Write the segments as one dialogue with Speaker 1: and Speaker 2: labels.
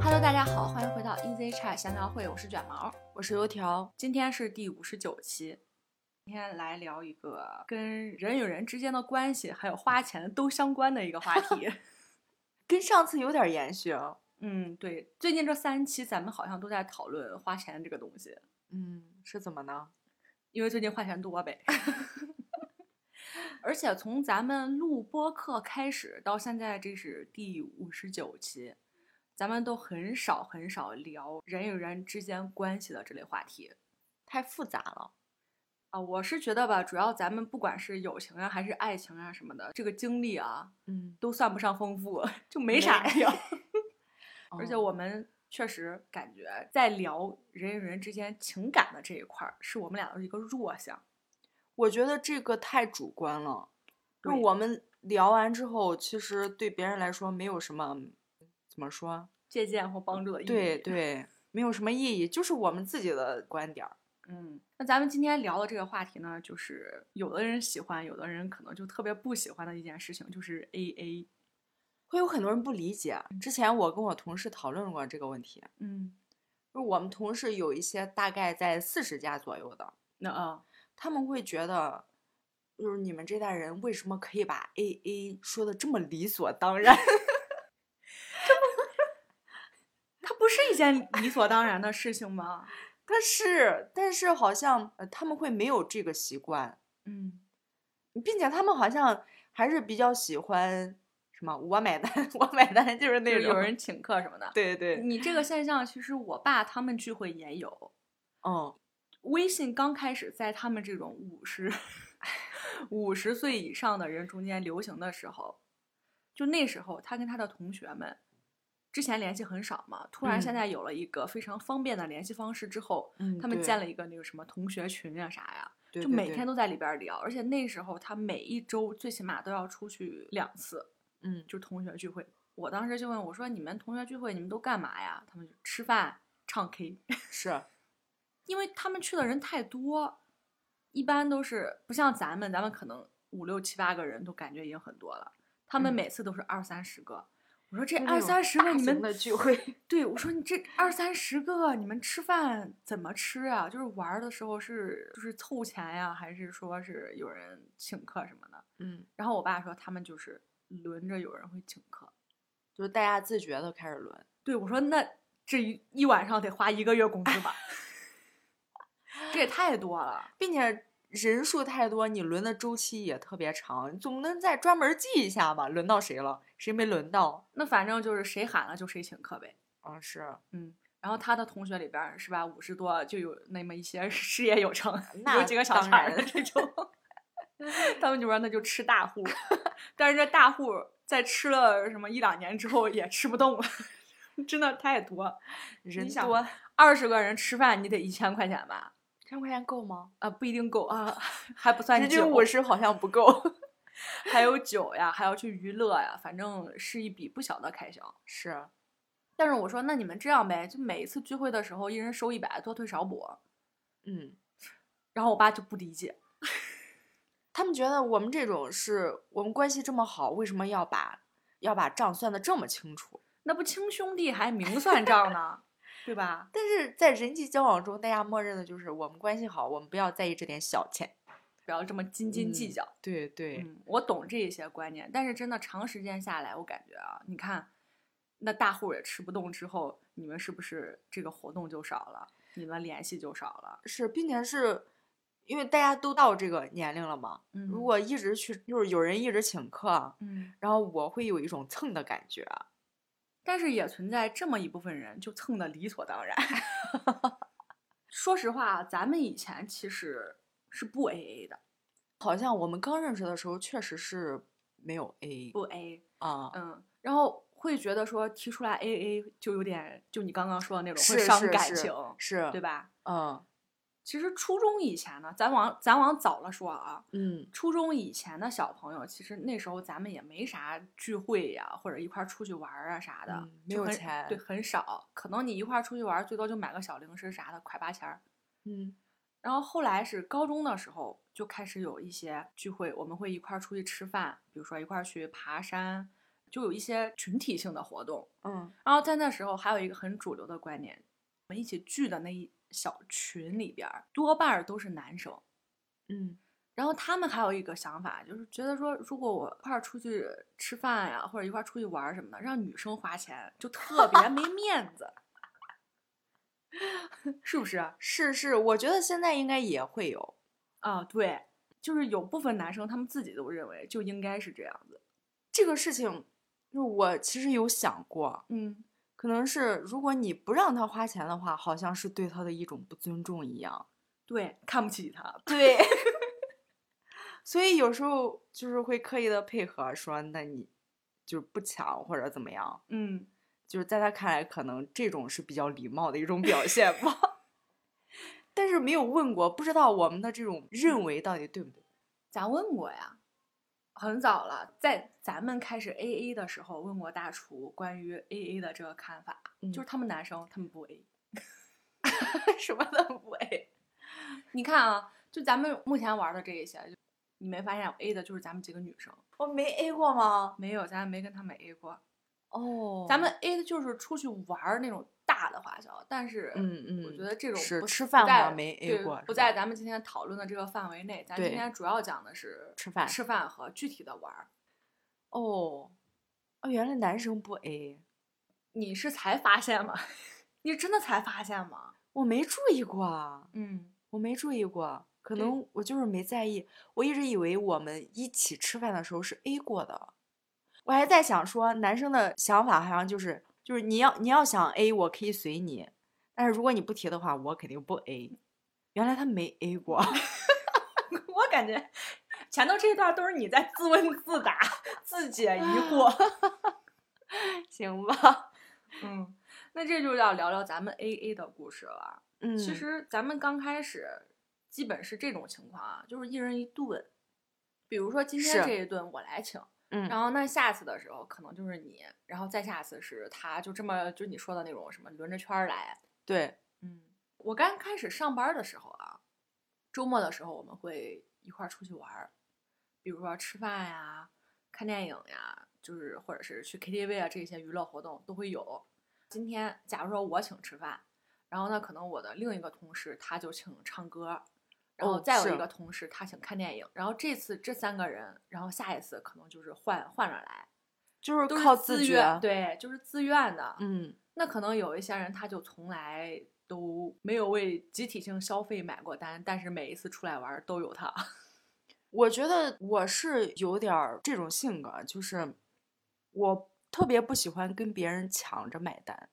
Speaker 1: Hello，大家好，欢迎回到 Easy Chat 闲聊会，我是卷毛，我是油条，今天是第五十九期，今天来聊一个跟人与人之间的关系还有花钱都相关的一个话题。
Speaker 2: 跟上次有点延续啊。
Speaker 1: 嗯，对，最近这三期咱们好像都在讨论花钱这个东西，
Speaker 2: 嗯，是怎么呢？
Speaker 1: 因为最近花钱多呗。 而且从咱们录播课开始到现在，这是第五十九期，咱们都很少很少聊人与人之间关系的这类话题
Speaker 2: 太复杂了。
Speaker 1: 啊。我是觉得吧，主要咱们不管是友情啊，还是爱情啊什么的，这个经历啊，
Speaker 2: 嗯，
Speaker 1: 都算不上丰富， 就没
Speaker 2: 没哦
Speaker 1: 啥 聊。而
Speaker 2: 而
Speaker 1: 且
Speaker 2: 且
Speaker 1: 我
Speaker 2: 我
Speaker 1: 们确实感觉，在聊人与人之间情感的这一块儿，是我们俩的一个弱项。
Speaker 2: 我觉得这个太主观了，就
Speaker 1: 对
Speaker 2: 我们聊完之后，其实对别人来说没有什么怎么说，
Speaker 1: 借鉴或帮助的意义。
Speaker 2: 对，对，没有什么意义，就是我们自己的观点儿。
Speaker 1: 嗯，那咱们今天聊的这个话题呢，就是有的人喜欢，有的人可能就特别不喜欢的一件事情，就是 A A。
Speaker 2: 会有很多人不理解。之前我跟我同事讨论过这个问题，
Speaker 1: 嗯，
Speaker 2: 就是我们同事有一些大概在四十家左右的，
Speaker 1: 那啊，
Speaker 2: 他们会觉得，就是你们这代人为什么可以把 A A 说的这么理所当然？
Speaker 1: 它不是一件理所当然的事情吗？
Speaker 2: 但是，但是好像呃他们会没有这个习惯，
Speaker 1: 嗯，
Speaker 2: 并且他们好像还是比较喜欢什么我买单， 我买单就是
Speaker 1: 就
Speaker 2: 那
Speaker 1: 是
Speaker 2: 种
Speaker 1: 有人嗯请客什么的。
Speaker 2: 对对，
Speaker 1: 你这个现象，其实我爸他们聚会也有。
Speaker 2: 嗯，
Speaker 1: 微信刚开始在他们这种五十、 五十岁以上的人中间流行的时候，就那时候他跟他的同学们之前联系很少嘛，突然现
Speaker 2: 嗯
Speaker 1: 在有了一个非常方便的联系方式之后，
Speaker 2: 嗯
Speaker 1: 他们
Speaker 2: 对
Speaker 1: 建了一个那个什么同学群啊啥呀，
Speaker 2: 对
Speaker 1: 就
Speaker 2: 对
Speaker 1: 每
Speaker 2: 对
Speaker 1: 天都在里边儿聊，而且那时候他每一周最起码都要出去两次，
Speaker 2: 嗯
Speaker 1: 就同学聚会。我当时就问我说：“你们同学聚会你们都干嘛呀？”他们就吃饭、唱 K。
Speaker 2: 是
Speaker 1: 因为他们去的人太多，一般都是不像咱们，咱们可能五六七八个人都感觉已经很多了，他们
Speaker 2: 嗯
Speaker 1: 每次都是二三十个。我说这
Speaker 2: 就那
Speaker 1: 二
Speaker 2: 种
Speaker 1: 三十
Speaker 2: 大
Speaker 1: 个你
Speaker 2: 型
Speaker 1: 们
Speaker 2: 的聚 会
Speaker 1: 对我说你这二三十个你们吃饭怎么吃啊？就是玩儿的时候是就是凑钱呀、还是说是有人请客什么的？
Speaker 2: 嗯，
Speaker 1: 然后我爸说他们就是轮着有人会请客。
Speaker 2: 就是大家自觉的开始轮，
Speaker 1: 对我说那这一一晚上得花一个月工资吧， 这也太多了。
Speaker 2: 并且人数太多，你轮的周期也特别长，你总不能再专门记一下吧？轮到谁了？谁没轮到？
Speaker 1: 那反正就是谁喊了就谁请客呗。
Speaker 2: 啊，是，
Speaker 1: 嗯，然后他的同学里边儿是吧，五十多就有那么一些 事业有成，有
Speaker 2: 那
Speaker 1: 几个小
Speaker 2: 当
Speaker 1: 孩儿
Speaker 2: 然
Speaker 1: 的这 种，他们就说那就吃大户， 但是这大户在吃了什么一两年之后也吃不动了， 真的太多，
Speaker 2: 人
Speaker 1: 想
Speaker 2: 多，
Speaker 1: 二十个人吃饭你得一千块钱吧？
Speaker 2: 一千块钱够吗？
Speaker 1: 啊，不一定够啊，还不算
Speaker 2: 人均
Speaker 1: 酒
Speaker 2: 五十好像不够。
Speaker 1: 还有酒呀，还要去娱乐呀，反正是一笔不小的开销。
Speaker 2: 是，
Speaker 1: 但是我说，那你们这样呗，就每一次聚会的时候，一人收一百，多退少补。
Speaker 2: 嗯，
Speaker 1: 然后我爸就不理解，
Speaker 2: 他们觉得我们这种是我们关系这么好，为什么要把要把账算得这么清楚？
Speaker 1: 那不亲兄弟还明算账呢，对吧？
Speaker 2: 但是在人际交往中，大家默认的就是我们关系好，我们不要在意这点小钱。
Speaker 1: 不要这么斤斤计
Speaker 2: 嗯
Speaker 1: 较。
Speaker 2: 对对，
Speaker 1: 嗯，我懂这一些观念，但是真的长时间下来，我感觉啊，你看，那大户也吃不动之后，你们是不是这个活动就少了，你们联系就少了？
Speaker 2: 是，并且是因为大家都到这个年龄了嘛，
Speaker 1: 嗯
Speaker 2: 如果一直去，就是有人一直请客，啊
Speaker 1: 嗯，
Speaker 2: 然后我会有一种蹭的感觉。啊
Speaker 1: 但是也存在这么一部分人，就蹭的理所当然。 说实话，啊咱们以前其实是不 AA 的，
Speaker 2: 好像我们刚认识的时候，确实是没有 A
Speaker 1: 不 A，
Speaker 2: 啊，
Speaker 1: 嗯，然后会觉得说提出来 AA 就有点，就你刚刚说的那种会
Speaker 2: 是
Speaker 1: 伤
Speaker 2: 是
Speaker 1: 感
Speaker 2: 是
Speaker 1: 情，
Speaker 2: 是，
Speaker 1: 对吧？
Speaker 2: 嗯
Speaker 1: 其实初中以前呢，咱往咱往早了说啊，
Speaker 2: 嗯，
Speaker 1: 初中以前的小朋友，其实那时候咱们也没啥聚会呀、或者一块儿出去玩儿啊啥的，
Speaker 2: 嗯没
Speaker 1: 就
Speaker 2: 有
Speaker 1: 很
Speaker 2: 钱
Speaker 1: 对，很少。可能你一块儿出去玩儿，最多就买个小零食啥的，快八钱儿。
Speaker 2: 嗯，
Speaker 1: 然后后来是高中的时候就开始有一些聚会，我们会一块儿出去吃饭，比如说一块儿去爬山，就有一些群体性的活动。
Speaker 2: 嗯
Speaker 1: 然后在那时候还有一个很主流的观念，我们一起聚的那一小群里边儿，多半儿都是男生。
Speaker 2: 嗯
Speaker 1: 然后他们还有一个想法，就是觉得说，如果我一块儿出去吃饭呀，或者一块儿出去玩儿什么的，让女生花钱就特别没面子， 是不是？
Speaker 2: 是是，我觉得现在应该也会有。
Speaker 1: 啊，对，就是有部分男生他们自己都认为就应该是这样子。
Speaker 2: 这个事情，就是我其实有想过，
Speaker 1: 嗯，
Speaker 2: 可能是如果你不让他花钱的话，好像是对他的一种不尊重一样。
Speaker 1: 对，看不起他。
Speaker 2: 对， 所以有时候就是会刻意的配合，说那你就是不抢或者怎么样，
Speaker 1: 嗯，
Speaker 2: 就是在他看来，可能这种是比较礼貌的一种表现吧。 但是没有问过，不知道我们的这种认为到底对不对。
Speaker 1: 咱问过呀，很早了，在咱们开始 A A 的时候问过大厨关于 A A 的这个看法，就
Speaker 2: 就是
Speaker 1: 他们男生他们不 A。
Speaker 2: 他什么都不会。
Speaker 1: 你看啊，就咱们目前玩的这一些，就你没发现 A 的就是咱们几个女生，
Speaker 2: 我没 A 过吗？
Speaker 1: 没有，咱也没跟他们 A 过。
Speaker 2: 哦
Speaker 1: 咱们 A 的就是出去玩儿那种大的花销，但是，
Speaker 2: 嗯嗯，
Speaker 1: 我觉得这种
Speaker 2: 是
Speaker 1: 不
Speaker 2: 吃
Speaker 1: 不
Speaker 2: 饭好
Speaker 1: 在
Speaker 2: 像没 A
Speaker 1: 对
Speaker 2: 过
Speaker 1: 不
Speaker 2: 是
Speaker 1: 在
Speaker 2: 吧
Speaker 1: 咱们今天讨论的这个范围内。咱今
Speaker 2: 对
Speaker 1: 天主要讲的是
Speaker 2: 吃饭
Speaker 1: 吃饭和具体的玩儿。
Speaker 2: 哦哦，原来男生不 A，
Speaker 1: 你是才发现吗？你真的才发现吗？
Speaker 2: 我没注意过啊，
Speaker 1: 嗯，
Speaker 2: 我没注意过，啊可
Speaker 1: 对
Speaker 2: 能我就是没在意，我一直以为我们一起吃饭的时候是 A 过的，我还在想说男生的想法好像就是就是你要你要想 A，我可以随你，但是如果你不提的话，我肯定不 A。原来他没 A 过，
Speaker 1: 我感觉前头这段都是你在自问自答、自解疑惑。
Speaker 2: 啊行吧？
Speaker 1: 嗯，那这就要聊聊咱们 A A 的故事了。
Speaker 2: 嗯，
Speaker 1: 其实咱们刚开始基本是这种情况啊，就是一人一顿。比如说今天
Speaker 2: 是
Speaker 1: 这一顿我来请，
Speaker 2: 嗯
Speaker 1: 然后那下次的时候可能就是你，然后再下次是他，就这么就你说的那种什么轮着圈儿来。
Speaker 2: 对，
Speaker 1: 嗯，我刚开始上班的时候啊，周末的时候我们会一块儿出去玩儿，比如说吃饭呀、看电影呀，就是或者是去 KTV 啊这些娱乐活动都会有。今天假如说我请吃饭，然后呢，可能我的另一个同事他就请唱歌，然后
Speaker 2: 哦
Speaker 1: 再有一
Speaker 2: 是
Speaker 1: 个同事他请看电影，然后这次这三个人，然后下一次可能就是换换着来，
Speaker 2: 就是
Speaker 1: 都是
Speaker 2: 靠自
Speaker 1: 自
Speaker 2: 觉
Speaker 1: 愿，，对，就是自愿的。
Speaker 2: 嗯，
Speaker 1: 那可能有一些人他就从来都没有为集体性消费买过单，但是每一次出来玩儿都有他。
Speaker 2: 我觉得我是有点儿这种性格，啊就是我特别不喜欢跟别人抢着买单，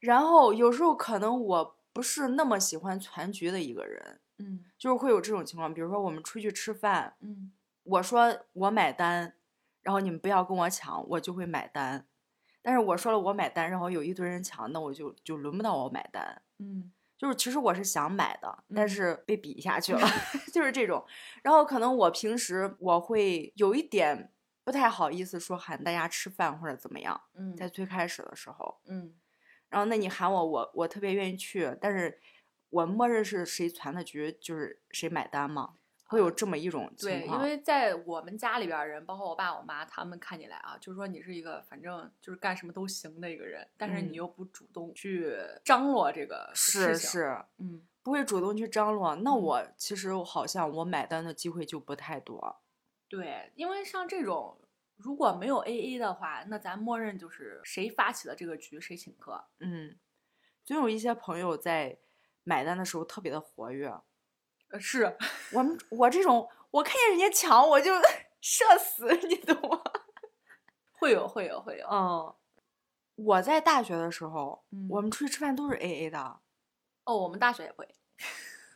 Speaker 2: 然后有时候可能我不是那么喜欢全局的一个人，
Speaker 1: 嗯
Speaker 2: 就是会有这种情况。比如说我们出去吃饭，
Speaker 1: 嗯
Speaker 2: 我说我买单，然后你们不要跟我抢，我就会买单。但是我说了我买单，然后有一堆人抢，那我就就轮不到我买单。
Speaker 1: 嗯
Speaker 2: 就是其实我是想买的，但
Speaker 1: 嗯
Speaker 2: 是被比 下去了，就是这种。然后可能我平时我会有一点不太好意思说喊大家吃饭或者怎么样，
Speaker 1: 嗯
Speaker 2: 在最开始的时候，
Speaker 1: 嗯
Speaker 2: 然后那你喊我，我我特别愿意去，但是我默认是谁攒的局就是谁买单嘛，会有这么一种情
Speaker 1: 啊对，因
Speaker 2: 况。
Speaker 1: 为在我们家里边儿人，包括我爸我妈，他们看起来啊，就是说你是一个反正就是干什么都行的一个人，但是你
Speaker 2: 嗯
Speaker 1: 又不主动去张罗这个
Speaker 2: 是
Speaker 1: 事情。
Speaker 2: 是。
Speaker 1: 嗯
Speaker 2: 不会主动去张罗，那
Speaker 1: 嗯
Speaker 2: 我其实好像我买单的机会就不太多。
Speaker 1: 对，因为像这种如果没有 A A 的话，那咱默认就是谁发起了这个局谁请客。
Speaker 2: 嗯，总有一些朋友在买单的时候特别的活跃。
Speaker 1: 呃，是，
Speaker 2: 我们我这种，我看见人家抢我就 社死，你懂吗？
Speaker 1: 会有会有会有。
Speaker 2: 嗯，我在大学的时候，
Speaker 1: 嗯
Speaker 2: 我们出去吃饭都是 A A 的，
Speaker 1: 哦，我们大学也会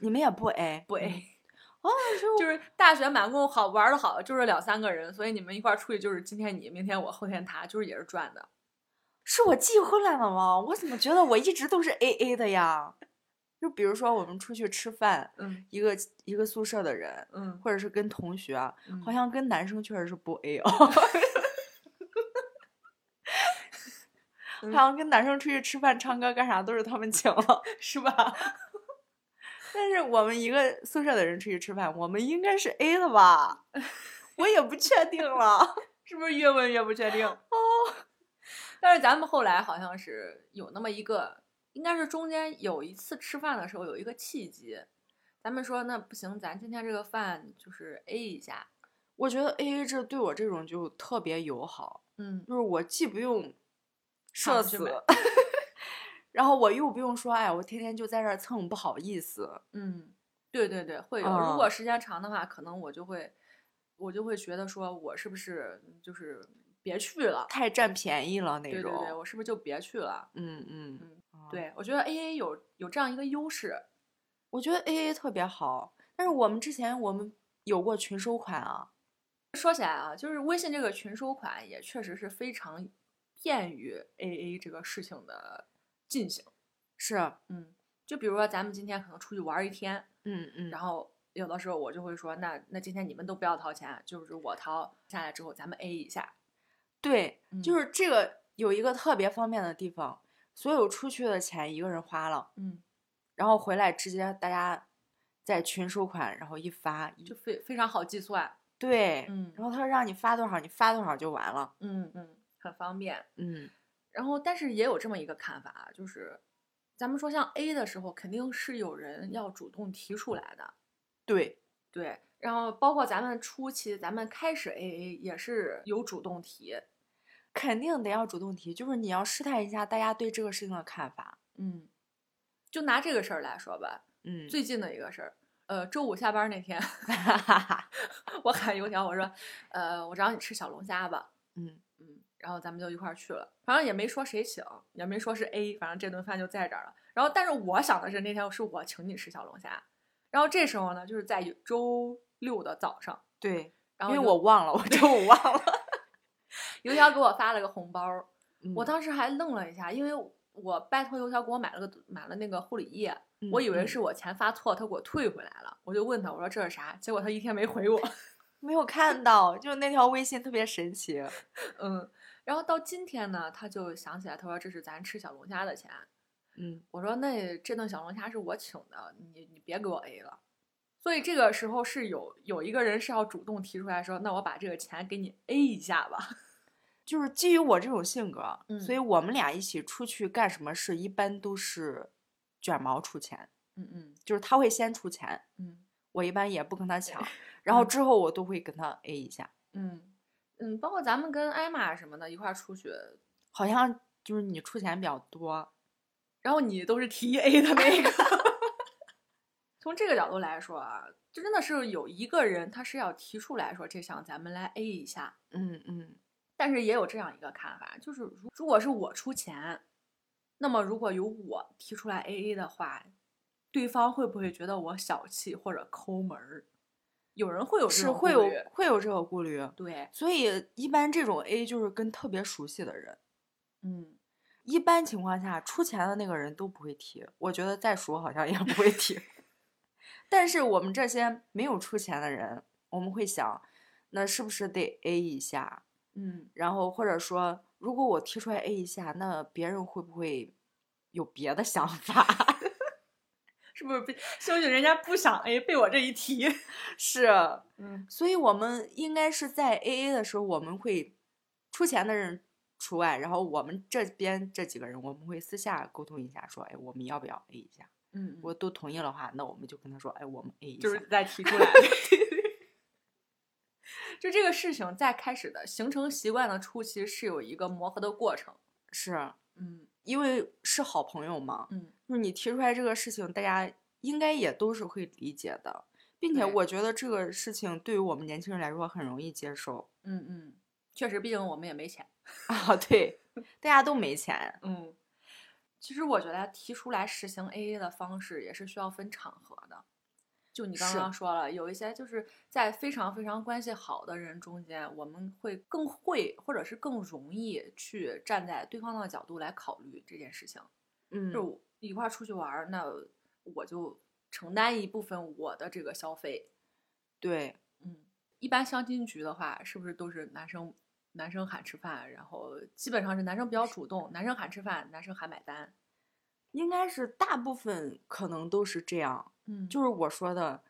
Speaker 2: 你们也不 A
Speaker 1: 不 A，、
Speaker 2: 嗯哦，就
Speaker 1: 就是大学满共好玩的好就是两三个人，所以你们一块儿出去就是今天你，明天我，后天他，就是也是赚的。
Speaker 2: 是我记混乱了吗？我怎么觉得我一直都是 A A 的呀？就比如说我们出去吃饭，
Speaker 1: 嗯
Speaker 2: 一个一个宿舍的人，
Speaker 1: 嗯，
Speaker 2: 或者是跟同学，好
Speaker 1: 好像
Speaker 2: 像跟男生确实是不 A 哦，好
Speaker 1: 嗯
Speaker 2: 像跟男生出去吃饭、唱歌干啥都是他们请了，
Speaker 1: 是吧？
Speaker 2: 但是我们一个宿舍的人出去吃饭，我们应该是 A 的吧？我也不确定了。
Speaker 1: 是不是越问越不确定？哦， 但是咱们后来好像是有那么一个，应该是中间有一次吃饭的时候有一个契机，咱们说那不行，咱今天这个饭就是 A 一下，
Speaker 2: 我觉得 A A 制对我这种就特别友好，
Speaker 1: 嗯，
Speaker 2: 就是我既不用社
Speaker 1: 去买
Speaker 2: 死， 然后我又不用说，哎，我天天就在这儿蹭，不好意思。
Speaker 1: 嗯，对对对，会有。
Speaker 2: 嗯
Speaker 1: 如果时间长的话，可能我就会，我就会觉得说，我是不是就是别去了？
Speaker 2: 太占便宜了那
Speaker 1: 对对
Speaker 2: 种。
Speaker 1: 对，我是不是就别去了？
Speaker 2: 嗯嗯，啊，
Speaker 1: 对，我觉得 A A 有有这样一个优势，
Speaker 2: 我觉得 A A 特别好。但是我们之前我们有过群收款啊，
Speaker 1: 说起来啊，就是微信这个群收款也确实是非常便于 AA 这个事情的进行。
Speaker 2: 是，
Speaker 1: 嗯，就比如说咱们今天可能出去玩儿一天，
Speaker 2: 嗯嗯，
Speaker 1: 然后有的时候我就会说，那那今天你们都不要掏钱，就是我掏下来之后咱们 A 一下。
Speaker 2: 对，
Speaker 1: 嗯
Speaker 2: 就是这个有一个特别方便的地方，所有出去的钱一个人花了，
Speaker 1: 嗯，
Speaker 2: 然后回来直接大家在群收款，然后一发，一
Speaker 1: 就非非常好计算。
Speaker 2: 对，
Speaker 1: 嗯
Speaker 2: 然后他让你发多少，你发多少就完了。
Speaker 1: 嗯嗯，很方便。
Speaker 2: 嗯，
Speaker 1: 然后，但是也有这么一个看法啊，就是咱们说像 A 的时候，肯定是有人要主动提出来的。
Speaker 2: 对，
Speaker 1: 对，然后包括咱们初期，咱们开始 AA 也是有主动提，
Speaker 2: 肯定得要主动提，就是你要试探一下大家对这个事情的看法。
Speaker 1: 嗯，就拿这个事儿来说吧，
Speaker 2: 嗯，
Speaker 1: 最近的一个事儿，呃，周五下班那天， 我喊油条，我说，呃，我找你吃小龙虾吧，
Speaker 2: 嗯，
Speaker 1: 嗯，然后咱们就一块儿去了，反正也没说谁请，也没说是 A，反正这顿饭就在这儿了。然后，但是我想的是那天是我请你吃小龙虾，然后这时候呢，就是在周六的早上，
Speaker 2: 对，
Speaker 1: 然
Speaker 2: 因
Speaker 1: 后
Speaker 2: 为
Speaker 1: 油
Speaker 2: 我忘了，我周五忘了。
Speaker 1: 油条给我发了个红包儿。 我
Speaker 2: 嗯
Speaker 1: 当时还愣了一下，因为我拜托油条给我买了个买了那个护理液，我以为
Speaker 2: 嗯
Speaker 1: 是我钱发错，他给我退回来了，我就问他我说这是啥，结果他一天没回我，
Speaker 2: 没有看到，就是那条微信特别神奇。
Speaker 1: 嗯，然后到今天呢，他就想起来，他说这是咱吃小龙虾的钱，
Speaker 2: 嗯，
Speaker 1: 我说那这顿小龙虾是我请的，你你别给我 A 了。所以这个时候是有有一个人是要主动提出来说，那我把这个钱给你 A 一下吧。
Speaker 2: 就是基于我这种性格，
Speaker 1: 嗯
Speaker 2: 所以我们俩一起出去干什么事，一般都是卷毛出钱，
Speaker 1: 嗯嗯
Speaker 2: 就是他会先出钱，
Speaker 1: 嗯
Speaker 2: 我一般也不跟他抢， 然后
Speaker 1: 嗯
Speaker 2: 之后我都会跟他 A 一下。
Speaker 1: 嗯嗯，包括咱们跟艾玛什么的一块儿出去，
Speaker 2: 好像就是你出钱比较多，
Speaker 1: 然后你都是提 A 的那个。 从这个角度来说啊，这真的是有一个人他是要提出来说这项咱们来 A 一下，
Speaker 2: 嗯嗯，
Speaker 1: 但是也有这样一个看法，就是如如果是我出钱，那么如果由我提出来 A A 的话，对方会不会觉得我小气或者抠门儿？有人会有这
Speaker 2: 是
Speaker 1: 种
Speaker 2: 会
Speaker 1: 顾
Speaker 2: 有
Speaker 1: 虑
Speaker 2: 会有这个顾虑，
Speaker 1: 对，
Speaker 2: 所以一般这种 A 就是跟特别熟悉的人，
Speaker 1: 嗯，
Speaker 2: 一般情况下出钱的那个人都不会提，我觉得再熟好像也不会提。 但是我们这些没有出钱的人，我们会想，那是不是得 A 一下？
Speaker 1: 嗯
Speaker 2: 然后或者说，如果我提出来 A 一下，那别人会不会有别的想法？
Speaker 1: 是不是被兴许人家不想 A，被我这一提，
Speaker 2: 是，
Speaker 1: 嗯
Speaker 2: 所以我们应该是在 A A 的时候，我们会出钱的人除外，然后我们这边这几个人，我们会私下沟通一下，说，哎，我们要不要 A 一下？
Speaker 1: 嗯，
Speaker 2: 我都同意了话，那我们就跟他说，哎，我们 A 一下。
Speaker 1: 就是再提出 来。就这个事情在开始的形成习惯的初期是有一个磨合的过程。
Speaker 2: 是啊
Speaker 1: 嗯
Speaker 2: 因为是好朋友嘛，
Speaker 1: 嗯
Speaker 2: 就是你提出来这个事情，大家应该也都是会理解的，并且
Speaker 1: 对
Speaker 2: 我觉得这个事情对于我们年轻人来说很容易接受
Speaker 1: 嗯嗯，确实，毕竟我们也没钱。
Speaker 2: 啊。 对，大家都没钱，
Speaker 1: 嗯，其实我觉得提出来实行 AA 的方式也是需要分场合的。就你刚
Speaker 2: 是
Speaker 1: 刚说了，有一些就是在非常非常关系好的人中间，我们会更会或者是更容易去站在对方的角度来考虑这件事情。
Speaker 2: 嗯
Speaker 1: 就我一块儿出去玩儿，那我就承担一部分我的这个消费。
Speaker 2: 对，
Speaker 1: 嗯，一般相亲局的话，是不是都是男生男生喊吃饭，然后基本上是男生比较主动，男生喊吃饭，男生喊买单。
Speaker 2: 应该是大部分可能都是这样。
Speaker 1: 嗯
Speaker 2: 就是我说的，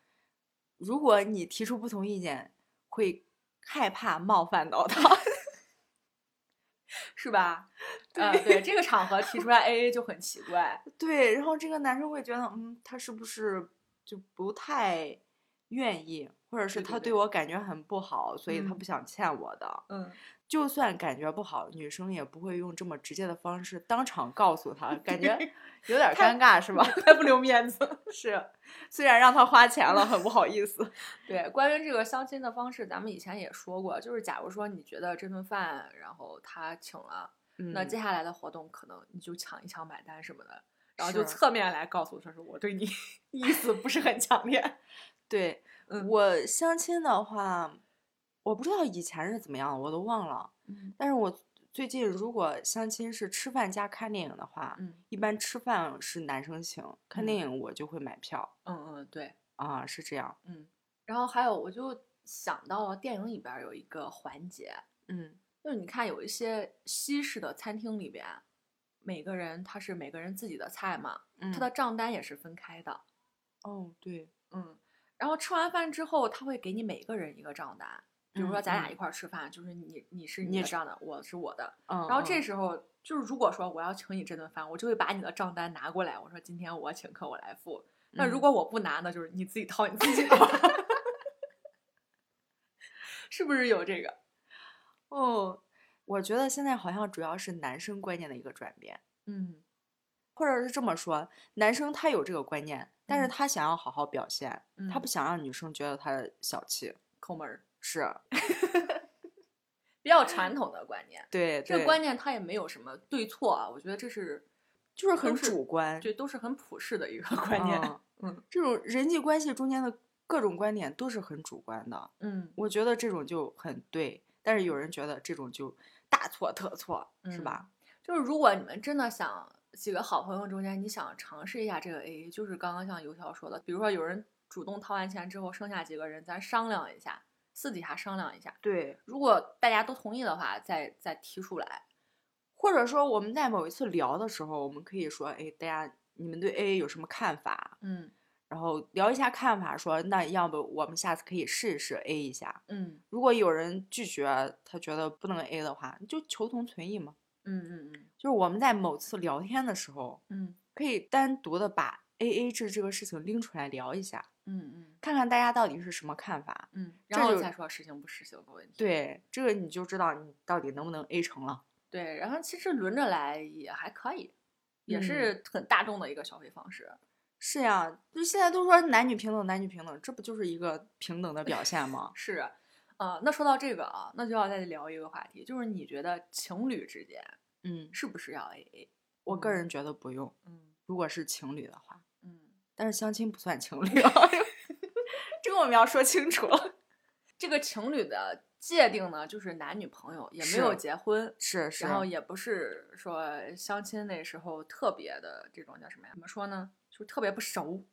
Speaker 2: 如果你提出不同意见，会害怕冒犯到他。
Speaker 1: 是吧？呃，对，这个场合提出来 AA 就很奇怪。
Speaker 2: 对，然后这个男生会觉得，嗯，他是不是就不太愿意，或者是
Speaker 1: 对对
Speaker 2: 他
Speaker 1: 对
Speaker 2: 对我感觉很不好，所以他
Speaker 1: 嗯
Speaker 2: 不想欠我的。
Speaker 1: 嗯，
Speaker 2: 就算感觉不好，女生也不会用这么直接的方式当场告诉他，感觉有点儿
Speaker 1: 太
Speaker 2: 尴尬，是吧？
Speaker 1: 太不留面子。
Speaker 2: 是，虽然让他花钱了，很不好意思。
Speaker 1: 对，关于这个相亲的方式，咱们以前也说过，就是假如说你觉得这顿饭，然后他请了， 那
Speaker 2: 嗯
Speaker 1: 接下来的活动可能你就抢一抢买单什么的，然后就是侧面来告诉他说我对你意思不是很强烈。
Speaker 2: 对、
Speaker 1: 嗯
Speaker 2: 我相亲的话，我不知道以前是怎么样的，我都忘了。
Speaker 1: 嗯
Speaker 2: 但是我最近如果相亲是吃饭加看电影的话，
Speaker 1: 嗯
Speaker 2: 一般吃饭是男生请，看电影我就会买票
Speaker 1: 嗯嗯，对，
Speaker 2: 啊、是这样。
Speaker 1: 嗯。然后还有，我就想到了电影里边儿有一个环节，
Speaker 2: 嗯
Speaker 1: 就是你看有一些西式的餐厅里边，每个人他是每个人自己的菜嘛，
Speaker 2: 嗯，
Speaker 1: 他的账单也是分开的。
Speaker 2: 哦对，
Speaker 1: 嗯，然后吃完饭之后，他会给你每个人一个账单。比如说
Speaker 2: 嗯
Speaker 1: 咱俩
Speaker 2: 嗯
Speaker 1: 一块儿吃饭，就是你你是
Speaker 2: 你
Speaker 1: 你的
Speaker 2: 是
Speaker 1: 账单，我是我的。
Speaker 2: 嗯，
Speaker 1: 然后
Speaker 2: 嗯
Speaker 1: 这时候就是如果说我要请你这顿饭，我就会把你的账单拿过来，我说今天我请客，我来付。那如
Speaker 2: 嗯
Speaker 1: 果我不拿呢，就是你自己掏你自己的 是不是有这个？
Speaker 2: 哦，我觉得现在好像主要是男生观念的一个转变，
Speaker 1: 嗯
Speaker 2: 或者是这么说，男生他有这个观念，但是
Speaker 1: 嗯
Speaker 2: 他想要好好表现，他
Speaker 1: 嗯
Speaker 2: 不想让女生觉得他小气。
Speaker 1: 抠门儿，
Speaker 2: 是
Speaker 1: 比较传统的观念。
Speaker 2: 对，
Speaker 1: 这个
Speaker 2: 嗯对
Speaker 1: 观念它也没有什么对错啊，我觉得这是
Speaker 2: 就是
Speaker 1: 都
Speaker 2: 很
Speaker 1: 是
Speaker 2: 主观，
Speaker 1: 对，都是很普世的一个 观念。嗯
Speaker 2: 嗯，这种人际关系中间的各种观点都是很主观的。
Speaker 1: 嗯，
Speaker 2: 我觉得这种就很对，但是有人觉得这种就大错特错，是
Speaker 1: 嗯
Speaker 2: 吧？
Speaker 1: 就是如果你们真的想几个好朋友中间，你想尝试一下这个 AA，就是刚刚像油条说的，比如说有人主动掏完钱之后，剩下几个人咱商量一下，私底下商量一下，
Speaker 2: 对，
Speaker 1: 如果大家都同意的话，再再提出来。
Speaker 2: 或者说我们在某一次聊的时候，我们可以说，哎，大家你们对 AA 有什么看法？
Speaker 1: 嗯
Speaker 2: 然后聊一下看法，说那要不我们下次可以试一试 A 一下。
Speaker 1: 嗯
Speaker 2: 如果有人拒绝，他觉得不能 A 的话，你就求同存异嘛。
Speaker 1: 嗯嗯嗯
Speaker 2: 就是我们在某次聊天的时候，
Speaker 1: 嗯
Speaker 2: 可以单独的把 A A 制这个事情拎出来聊一下，
Speaker 1: 嗯嗯
Speaker 2: 看看大家到底是什么看法。
Speaker 1: 嗯，
Speaker 2: 这
Speaker 1: 然后
Speaker 2: 就
Speaker 1: 再说实行不实行的问题。
Speaker 2: 对，这个你就知道你到底能不能 A 成了。
Speaker 1: 对，然后其实轮着来也还可以，也
Speaker 2: 嗯
Speaker 1: 是很大众的一个消费方式。
Speaker 2: 是呀，就现在都说男女平等，男女平等，这不就是一个平等的表现吗？
Speaker 1: 是，呃，那说到这个啊，那就要再聊一个话题，就是你觉得情侣之间
Speaker 2: 嗯，
Speaker 1: 是不是要 AA？
Speaker 2: 我个
Speaker 1: 嗯
Speaker 2: 人觉得不用，
Speaker 1: 嗯
Speaker 2: 如果是情侣的话，
Speaker 1: 嗯，
Speaker 2: 但是相亲不算情侣啊， 这个我们要说清楚了。
Speaker 1: 这个情侣的界定呢，就是男女朋友，也没有
Speaker 2: 是
Speaker 1: 结婚。
Speaker 2: 是是，啊
Speaker 1: 然后也不是说相亲那时候特别的这种叫什么呀？怎么说呢？就是特别不熟。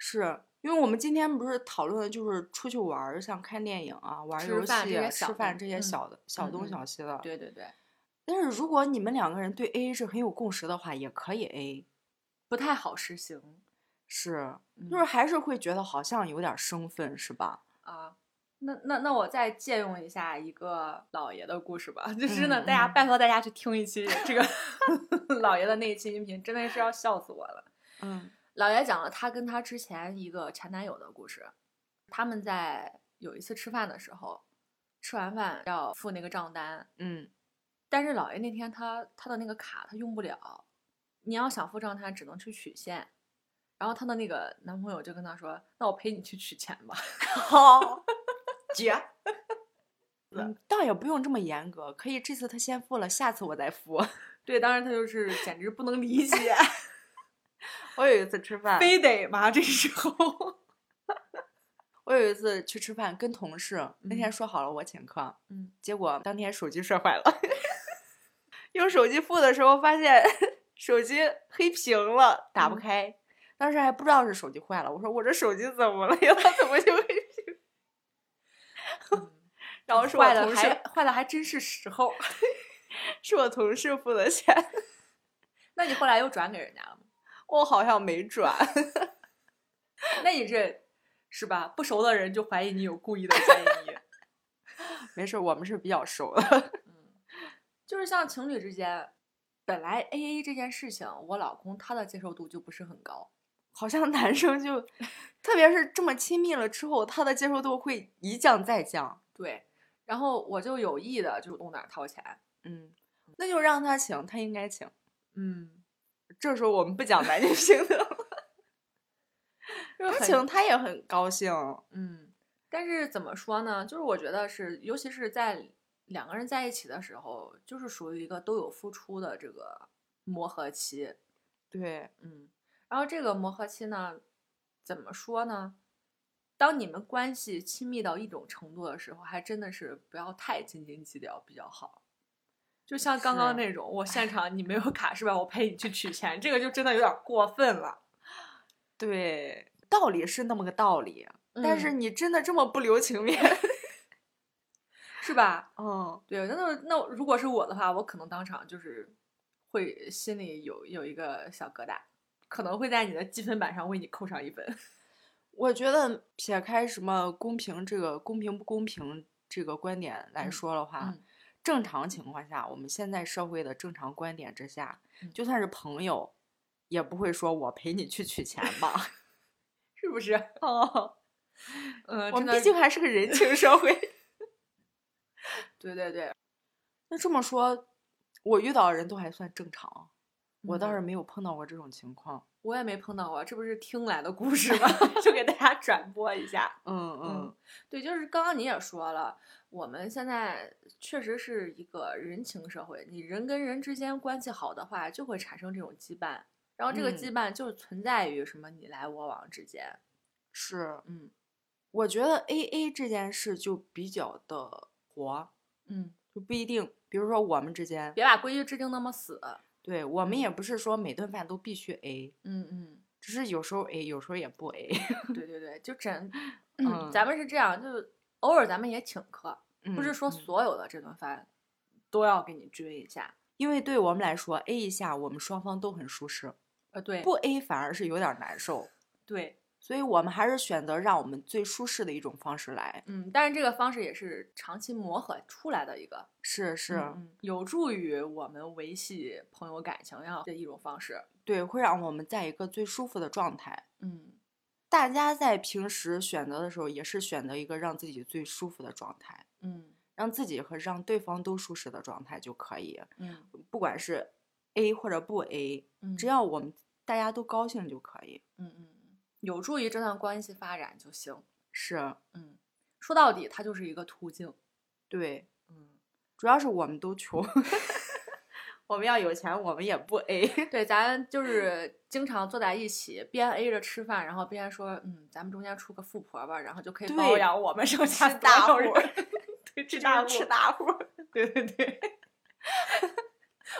Speaker 2: 是因为我们今天不是讨论的就是出去玩儿，像看电影啊、玩儿
Speaker 1: 吃
Speaker 2: 游戏
Speaker 1: 饭这
Speaker 2: 啊、
Speaker 1: 些小
Speaker 2: 吃饭
Speaker 1: 的
Speaker 2: 这些
Speaker 1: 嗯
Speaker 2: 小的、小
Speaker 1: 嗯
Speaker 2: 东
Speaker 1: 嗯
Speaker 2: 小西的。
Speaker 1: 对对对，
Speaker 2: 但是如果你们两个人对 AA 制很有共识的话，也可以 A，
Speaker 1: 不太好实行。
Speaker 2: 是，
Speaker 1: 嗯
Speaker 2: 就是还是会觉得好像有点生分，是吧？
Speaker 1: 啊，那那那我再借用一下一个老爷的故事吧，就是呢，
Speaker 2: 嗯
Speaker 1: 大家
Speaker 2: 嗯
Speaker 1: 拜托大家去听一期这个 老爷的那一期音频，真的是要笑死我了。
Speaker 2: 嗯
Speaker 1: 老爷讲了他跟他之前一个前男友的故事，他们在有一次吃饭的时候，吃完饭要付那个账单，
Speaker 2: 嗯
Speaker 1: 但是老爷那天他他的那个卡他用不了，你要想付账单只能去取现。然后她的那个男朋友就跟她说：“那我陪你去取钱吧。”
Speaker 2: 好，
Speaker 1: 绝！
Speaker 2: 嗯，倒也不用这么严格，可以这次他先付了，下次我再付。
Speaker 1: 对，当然他就是简直不能理 解，
Speaker 2: 我有一次吃饭，
Speaker 1: 非得吗？这时候，
Speaker 2: 我有一次去吃饭，跟同事那天
Speaker 1: 嗯
Speaker 2: 说好了我请客，
Speaker 1: 嗯，
Speaker 2: 结果当天手机摔坏了， 用手机付的时候发现手机黑屏了，打不
Speaker 1: 嗯
Speaker 2: 开。当时还不知道是手机坏了，我说我这手机怎么了呀？ 它怎么就黑屏？ 然后是我
Speaker 1: 嗯坏的
Speaker 2: 同
Speaker 1: 还
Speaker 2: 事，
Speaker 1: 坏的还真是时候。
Speaker 2: 是我同事付的钱，
Speaker 1: 那你后来又转给人家了吗？
Speaker 2: 我好像没转。
Speaker 1: 那你这是吧？不熟的人就怀疑你有故意的嫌疑。
Speaker 2: 没事儿，我们是比较熟的。
Speaker 1: 嗯， 就是像情侣之间，本来 A A 这件事情，我老公他的接受度就不是很高。
Speaker 2: 好像男生 就，特别是这么亲密了之后，他的接受度会一降再降。
Speaker 1: 对，然后我就有意的就动哪掏钱。
Speaker 2: 嗯，那就让他请，他应该请。
Speaker 1: 嗯，
Speaker 2: 这时候我们不讲男女平 等了，
Speaker 1: 就是
Speaker 2: 他
Speaker 1: 很
Speaker 2: 请他也很高兴。
Speaker 1: 嗯，但是怎么说呢？就是我觉得是，尤其是在两个人在一起的时候，就是属于一个都有付出的这个磨合期。
Speaker 2: 对，
Speaker 1: 嗯，然后这个磨合期呢，怎么说呢？当你们关系亲密到一种程度的时候，还真的是不要太斤斤计较比较好。就像刚刚
Speaker 2: 是
Speaker 1: 那种，我现场你没有卡是吧？我陪你去取钱，这个就真的有点过分了。
Speaker 2: 对，道理是那么个道理，但
Speaker 1: 但
Speaker 2: 是
Speaker 1: 是
Speaker 2: 你真的这么不留情 面？
Speaker 1: 是吧？
Speaker 2: 嗯，
Speaker 1: 对，那就那如果是我的话，我可能当场就是会心里有有一个小疙瘩，可能会在你的积分板上为你扣上一分。
Speaker 2: 我觉得撇开什么公平这个公平不公平这个观点来
Speaker 1: 嗯
Speaker 2: 说的话，
Speaker 1: 嗯
Speaker 2: 正常情况下，我们现在社会的正常观点之下，
Speaker 1: 嗯
Speaker 2: 就算是朋友，也不会说我陪你去取钱 吧。
Speaker 1: 是不是？
Speaker 2: 哦，
Speaker 1: 嗯，
Speaker 2: 我
Speaker 1: 真
Speaker 2: 们
Speaker 1: 的
Speaker 2: 毕竟还是个人情社会。
Speaker 1: 对对对，
Speaker 2: 那这么说，我遇到的人都还算正常，我倒
Speaker 1: 嗯
Speaker 2: 是没有碰到过这种情况。
Speaker 1: 我也没碰到过，这不是听来的故事吗？ 就给大家转播一下。
Speaker 2: 嗯
Speaker 1: 嗯，对，就是刚刚你也说了，我们现在确实是一个人情社会，你人跟人之间关系好的话，就会产生这种羁绊，然后这个
Speaker 2: 嗯
Speaker 1: 羁绊就存在于什么你来我往之间。
Speaker 2: 是，
Speaker 1: 嗯
Speaker 2: 我觉得 A A 这件事就比较的活，
Speaker 1: 嗯，
Speaker 2: 就不一定。比如说我们之间，
Speaker 1: 别把规矩制定那么死。
Speaker 2: 对我们也不是说每顿饭都必须 A，
Speaker 1: 嗯嗯。
Speaker 2: 只是有时候 A，有时候也不 A。
Speaker 1: 对对对，就整
Speaker 2: 嗯，
Speaker 1: 咱们是这样，就是偶尔咱们也请客，不是
Speaker 2: 嗯
Speaker 1: 说
Speaker 2: 嗯
Speaker 1: 所有的这顿饭都要给你均一下。
Speaker 2: 因为对我们来说，A 一下我们双方都很舒适，
Speaker 1: 呃，对，
Speaker 2: 不 A 反而是有点儿难受，
Speaker 1: 对，
Speaker 2: 所以我们还是选择让我们最舒适的一种方式来。
Speaker 1: 嗯，但是这个方式也是长期磨合出来的一个，
Speaker 2: 是是，
Speaker 1: 嗯有助于我们维系朋友感情呀的一种方式。
Speaker 2: 对，会让我们在一个最舒服的状态。
Speaker 1: 嗯，
Speaker 2: 大家在平时选择的时候，也是选择一个让自己最舒服的状态，
Speaker 1: 嗯
Speaker 2: 让自己和让对方都舒适的状态就可以。
Speaker 1: 嗯
Speaker 2: 不管是 A 或者不 A，
Speaker 1: 嗯，
Speaker 2: 只要我们大家都高兴就可以。
Speaker 1: 嗯嗯嗯有助于这段关系发展就行。
Speaker 2: 是，
Speaker 1: 嗯，说到底，它就是一个途径。
Speaker 2: 对，
Speaker 1: 嗯，
Speaker 2: 主要是我们都穷， 我们要有钱，我们也不 A。
Speaker 1: 对，咱就是经常坐在一起，边 A 着吃饭，然后边说，嗯，咱们中间出个富婆吧，然后就可以包
Speaker 2: 对
Speaker 1: 养我们剩下
Speaker 2: 吃
Speaker 1: 所
Speaker 2: 大
Speaker 1: 有
Speaker 2: 户
Speaker 1: 人 对，
Speaker 2: 这
Speaker 1: 吃大
Speaker 2: 就
Speaker 1: 户，
Speaker 2: 是吃大户儿。
Speaker 1: 对对对，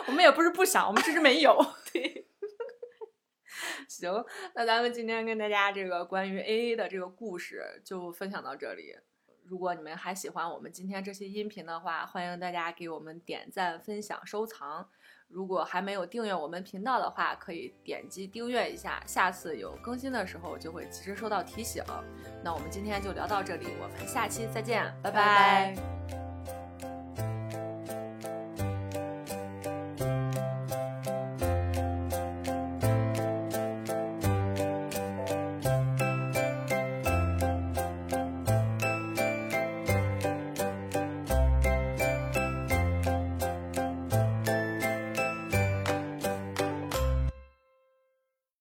Speaker 1: 我们也不是不想，我们只是没有。 对，行，那咱们今天跟大家这个关于 AA 的这个故事就分享到这里。如果你们还喜欢我们今天这期音频的话，欢迎大家给我们点赞、分享、收藏。如果还没有订阅我们频道的话，可以点击订阅一下，下次有更新的时候就会及时收到提醒。那我们今天就聊到这里，我们下期再见，拜
Speaker 2: 拜拜